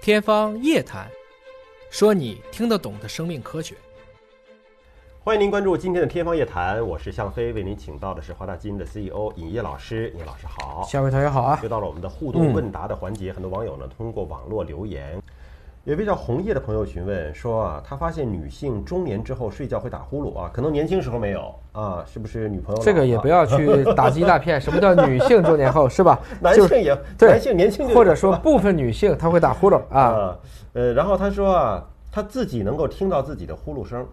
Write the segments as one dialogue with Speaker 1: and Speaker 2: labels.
Speaker 1: 天方夜谭，说你听得懂的生命科学。
Speaker 2: 欢迎您关注今天的《天方夜谭》，我是向飞，为您请到的是华大基因的 CEO 尹烨老师。尹老师好，
Speaker 3: 下位同学好啊！
Speaker 2: 又到了我们的互动问答的环节，很多网友呢通过网络留言，有一位叫红叶的朋友询问说啊，他发现女性中年之后睡觉会打呼噜啊，可能年轻时候没有啊，是不是女朋友
Speaker 3: 这个也不要去打击大骗，什么叫女性中年后是吧？
Speaker 2: 男
Speaker 3: 就
Speaker 2: 性也
Speaker 3: 对
Speaker 2: 男性年轻就有
Speaker 3: 或者说部分女性她会打呼噜啊，
Speaker 2: 啊，呃，然后他说啊，他自己能够听到自己的呼噜声，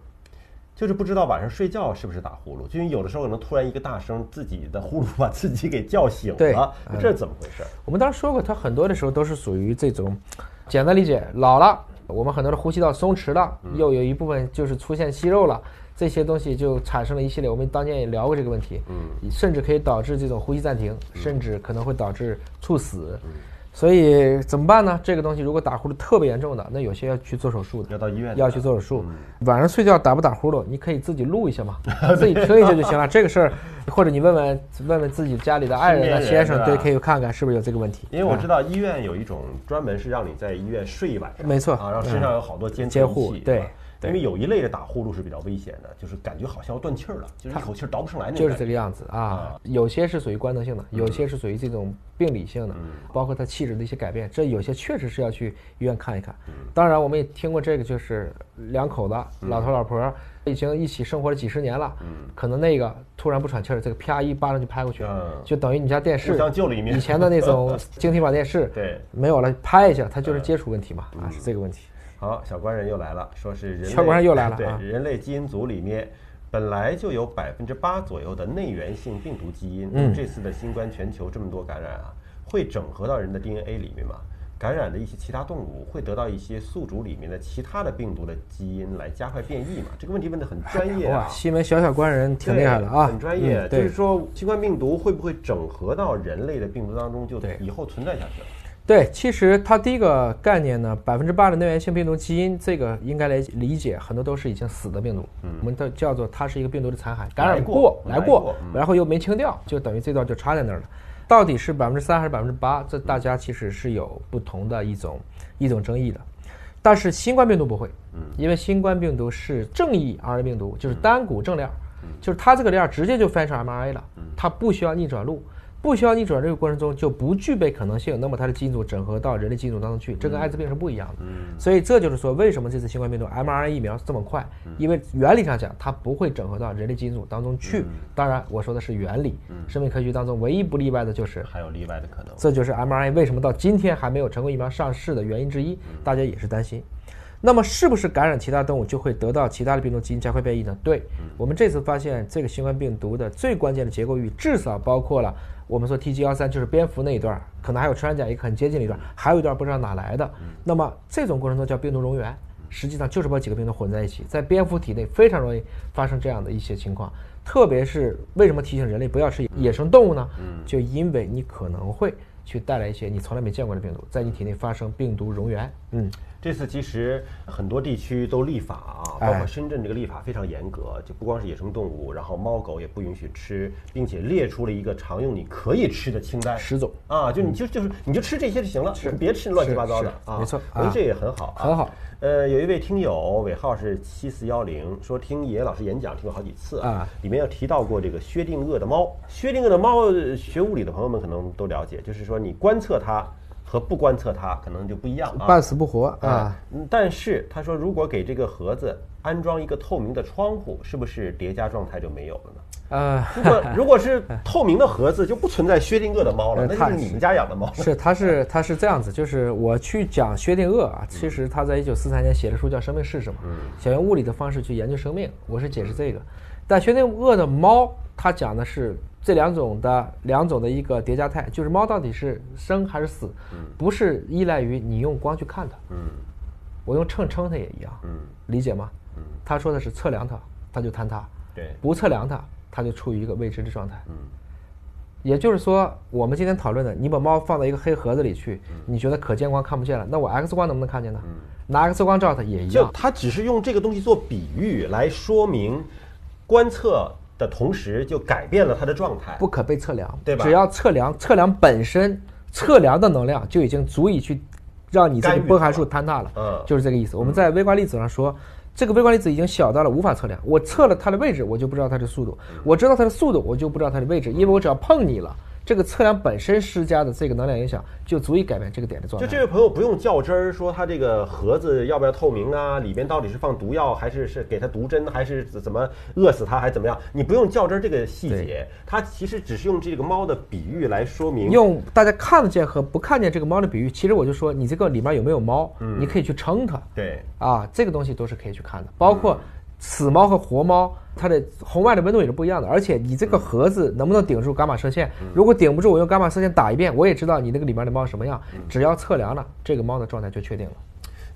Speaker 2: 就是不知道晚上睡觉是不是打呼噜，就因为有的时候可能突然一个大声，自己的呼噜把自己给叫醒
Speaker 3: 对嗯
Speaker 2: 了，这是怎么回事？
Speaker 3: 我们当时说过，它很多的时候都是属于这种，简单理解，老了，我们很多的呼吸道松弛了，又有一部分就是出现息肉了，这些东西就产生了一系列，我们当年也聊过这个问题，嗯，甚至可以导致这种呼吸暂停，
Speaker 2: 嗯
Speaker 3: 甚至可能会导致猝死，所以怎么办呢？这个东西如果打呼噜特别严重的，那有些要去做手术的，
Speaker 2: 要到医院
Speaker 3: 要去做手术。
Speaker 2: 嗯
Speaker 3: 晚上睡觉打不打呼噜，你可以自己录一下 嘛，自己听一下就行了。这个事儿，或者你问问问问自己家里的爱人
Speaker 2: 身边
Speaker 3: 啊、
Speaker 2: 人
Speaker 3: 先生，
Speaker 2: 对
Speaker 3: 对，
Speaker 2: 吧
Speaker 3: 可以看看是不是有这个问题。
Speaker 2: 因为我知道医院有一种专门是让你在医院睡一晚上，
Speaker 3: 嗯没错嗯
Speaker 2: 啊，然后身上有好多监
Speaker 3: 监
Speaker 2: 测
Speaker 3: 护
Speaker 2: 器，
Speaker 3: 对
Speaker 2: 是吧因为有一类的打呼噜是比较危险的，就是感觉好像要断气儿了，就是一口气儿倒不上来那
Speaker 3: 就
Speaker 2: 种
Speaker 3: 是
Speaker 2: 感觉。
Speaker 3: 这个样子啊，有些是属于官能性的，
Speaker 2: 嗯
Speaker 3: 有些是属于这种病理性的，包括他气质的一些改变，这有些确实是要去医院看一看。
Speaker 2: 嗯
Speaker 3: 当然，我们也听过这个，就是两口子老头老婆已经一起生活了几十年了，
Speaker 2: 嗯
Speaker 3: 可能那个突然不喘气儿，这个啪一巴掌就拍过去
Speaker 2: 嗯，
Speaker 3: 就等于你家电视
Speaker 2: 互相救了一命
Speaker 3: 以前的 那种晶体管电视，
Speaker 2: 对嗯
Speaker 3: 没有了拍一下，它就是接触问题嘛，啊，是这个问题。
Speaker 2: 好，小官人又来了，说是人类
Speaker 3: 小官人又来了
Speaker 2: 对，
Speaker 3: 啊
Speaker 2: 人类基因组里面本来就有百分之八左右的内源性病毒基因。嗯，这次的新冠全球这么多感染啊，会整合到人的 DNA 里面吗？感染的一些其他动物会得到一些宿主里面的其他的病毒的基因来加快变异嘛？这个问题问得很专业
Speaker 3: 哇，
Speaker 2: 啊。
Speaker 3: 新闻小小官人挺厉害的啊，
Speaker 2: 对很专业。
Speaker 3: 嗯
Speaker 2: 就
Speaker 3: 对
Speaker 2: 是，说，新冠病毒会不会整合到人类的病毒当中，就
Speaker 3: 对
Speaker 2: 以后存在下去了？
Speaker 3: 对，其实它第一个概念呢，百分之八的内源性病毒基因，这个应该来理解，很多都是已经死的病毒，我们都叫做它是一个病毒的残骸，感染过
Speaker 2: 嗯来过嗯
Speaker 3: 来
Speaker 2: 来过
Speaker 3: 然后又没清掉，就等于这段就插在那儿了。到底是百分之三还是百分之八？这大家其实是有不同的一种一种争议的。但是新冠病毒不会，
Speaker 2: 嗯
Speaker 3: 因为新冠病毒是正义 RNA 病毒，就是单股正链儿，
Speaker 2: 嗯
Speaker 3: 就是它这个链儿直接就翻上 mRNA 了，它不需要逆转录，不需要逆转这个过程中就不具备可能性，那么它的基因组整合到人类基因组当中去，
Speaker 2: 嗯
Speaker 3: 这跟艾滋病是不一样的。所以这就是说，为什么这次新冠病毒 mRNA 疫苗这么快？
Speaker 2: 嗯
Speaker 3: 因为原理上讲，它不会整合到人类基因组当中
Speaker 2: 嗯
Speaker 3: 去。当然，我说的是原理，生命科学当中唯一不例外的就是
Speaker 2: 还有例外的可能？
Speaker 3: 这就是 mRNA 为什么到今天还没有成功疫苗上市的原因之一，大家也是担心。那么，是不是感染其他动物就会得到其他的病毒基因加快变异呢？对，我们这次发现这个新冠病毒的最关键的结构域，至少包括了我们说 TG 1 3就是蝙蝠那一段儿，可能还有穿山甲也很接近的一段儿，还有一段儿不知道哪来的。那么这种过程中叫病毒溶源，实际上就是把几个病毒混在一起，在蝙蝠体内非常容易发生这样的一些情况。特别是为什么提醒人类不要吃野生动物呢？就因为你可能会去带来一些你从来没见过的病毒，在你体内发生病毒溶源。嗯，
Speaker 2: 这次其实很多地区都立法啊，包
Speaker 3: 哎
Speaker 2: 括深圳这个立法非常严格，就不光是野生动物，然后猫狗也不允许吃，并且列出了一个常用你可以吃的清单，
Speaker 3: 十种嗯
Speaker 2: 啊，就你就就是你就吃这些就行了，你别吃乱七八糟的
Speaker 3: 是是
Speaker 2: 啊，
Speaker 3: 没错
Speaker 2: 我觉得
Speaker 3: 啊
Speaker 2: 这也很好啊，
Speaker 3: 很好。
Speaker 2: 呃，有一位听友尾号是七四幺零，说听野老师演讲听过好几次
Speaker 3: 啊，
Speaker 2: 里面有提到过这个薛定谔的猫。薛定谔的猫，呃学物理的朋友们可能都了解，就是说你观测它和不观测它可能就不一样啊。
Speaker 3: 半死不活啊！
Speaker 2: 嗯，但是他说，如果给这个盒子安装一个透明的窗户，是不是叠加状态就没有了呢？
Speaker 3: 呃，
Speaker 2: 如果如果是透明的盒子，就不存在薛定谔的猫 了，
Speaker 3: 呃
Speaker 2: 那就
Speaker 3: 它
Speaker 2: 是你们家养的猫。
Speaker 3: 是，他是他是这样子，就是我去讲薛定谔啊，其实他在一九四三年写的书叫《生命是什么》，想用物理的方式去研究生命，我是解释这个。但薛定谔的猫，它讲的是这两种的两种的一个叠加态，就是猫到底是生还是死，不是依赖于你用光去看它，
Speaker 2: 嗯
Speaker 3: 我用秤称它也一样，
Speaker 2: 嗯
Speaker 3: 理解吗？他说的是测量它，它就坍塌；
Speaker 2: 对，
Speaker 3: 不测量它，它就处于一个未知的状态。
Speaker 2: 嗯
Speaker 3: 也就是说，我们今天讨论的，你把猫放到一个黑盒子里去，
Speaker 2: 嗯
Speaker 3: 你觉得可见光看不见了，那我 X 光能不能看见呢？拿 X 光照它也一
Speaker 2: 就
Speaker 3: 样。
Speaker 2: 他只是用这个东西做比喻来说明，观测的同时就改变了它的状态。
Speaker 3: 不可被测量，
Speaker 2: 对吧
Speaker 3: 只要测量，测量本身测量的能量就已经足以去让你这
Speaker 2: 干
Speaker 3: 个
Speaker 2: 预
Speaker 3: 苯
Speaker 2: 它
Speaker 3: 含数坍塌了，
Speaker 2: 嗯
Speaker 3: 就是这个意思。我们在微观粒子上说，这个微观粒子已经小到了无法测量，我测了它的位置，我就不知道它的速度，
Speaker 2: 嗯
Speaker 3: 我知道它的速度，我就不知道它的位置，因为我只要碰你了，这个测量本身施加的这个能量影响就足以改变这个点的状
Speaker 2: 就
Speaker 3: 态。
Speaker 2: 这位朋友不用较真儿，说他这个盒子要不要透明啊，里边到底是放毒药还是是给他毒针，还是怎么饿死他，还是怎么样？你不用较真儿这个细节，他其实只是用这个猫的比喻来说明。
Speaker 3: 用大家看得见和不看见这个猫的比喻，其实我就说你这个里面有没有猫，
Speaker 2: 嗯
Speaker 3: 你可以去称它。
Speaker 2: 对，
Speaker 3: 啊，这个东西都是可以去看的，包
Speaker 2: 嗯
Speaker 3: 括死猫和活猫，它的红外的温度也是不一样的。而且你
Speaker 2: 嗯
Speaker 3: 这个盒子能不能顶住伽马射线？如果顶不住，我用伽马射线打一遍，我也知道你那个里面的猫什么样。
Speaker 2: 嗯
Speaker 3: 只要测量了，这个猫的状态就确定了。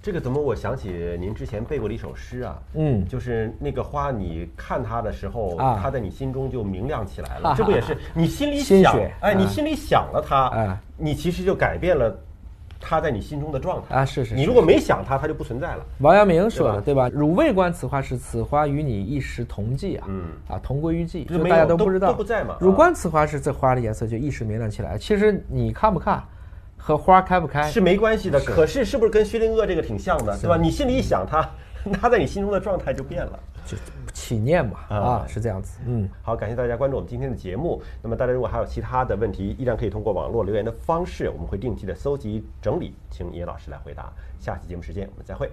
Speaker 2: 这个怎么我想起您之前背过的一首诗啊？
Speaker 3: 嗯
Speaker 2: 就是那个花，你看它的时候，
Speaker 3: 啊
Speaker 2: 它在你心中就明亮起来
Speaker 3: 哈哈
Speaker 2: 了。这不也是你心里
Speaker 3: 心
Speaker 2: 想
Speaker 3: 血，
Speaker 2: 哎，你
Speaker 3: 啊
Speaker 2: 心里想了它
Speaker 3: 啊，
Speaker 2: 你其实就改变了它在你心中的状态
Speaker 3: 啊是是
Speaker 2: 你
Speaker 3: 是
Speaker 2: 如果没想它，它就不存在了。
Speaker 3: 王阳明说的对吧？汝未观此花时，此花与你一时同济啊，
Speaker 2: 嗯
Speaker 3: 啊，同归于尽，
Speaker 2: 就
Speaker 3: 就
Speaker 2: 没
Speaker 3: 大家
Speaker 2: 有
Speaker 3: 都
Speaker 2: 都
Speaker 3: 不知道
Speaker 2: 都不在嘛
Speaker 3: 汝
Speaker 2: 啊
Speaker 3: 观此花时，这花的颜色就一时明亮起来。其实你看不看，和花开不开
Speaker 2: 是没关系的。可是是不是跟薛定谔这个挺像的，对吧？你心里一想 它，它在你心中的状态就变了。
Speaker 3: 就起念嘛，
Speaker 2: 啊
Speaker 3: 啊，是这样子，嗯。
Speaker 2: 好，感谢大家关注我们今天的节目。那么大家如果还有其他的问题，依然可以通过网络留言的方式，我们会定期的搜集整理，请叶老师来回答。下期节目时间我们再会。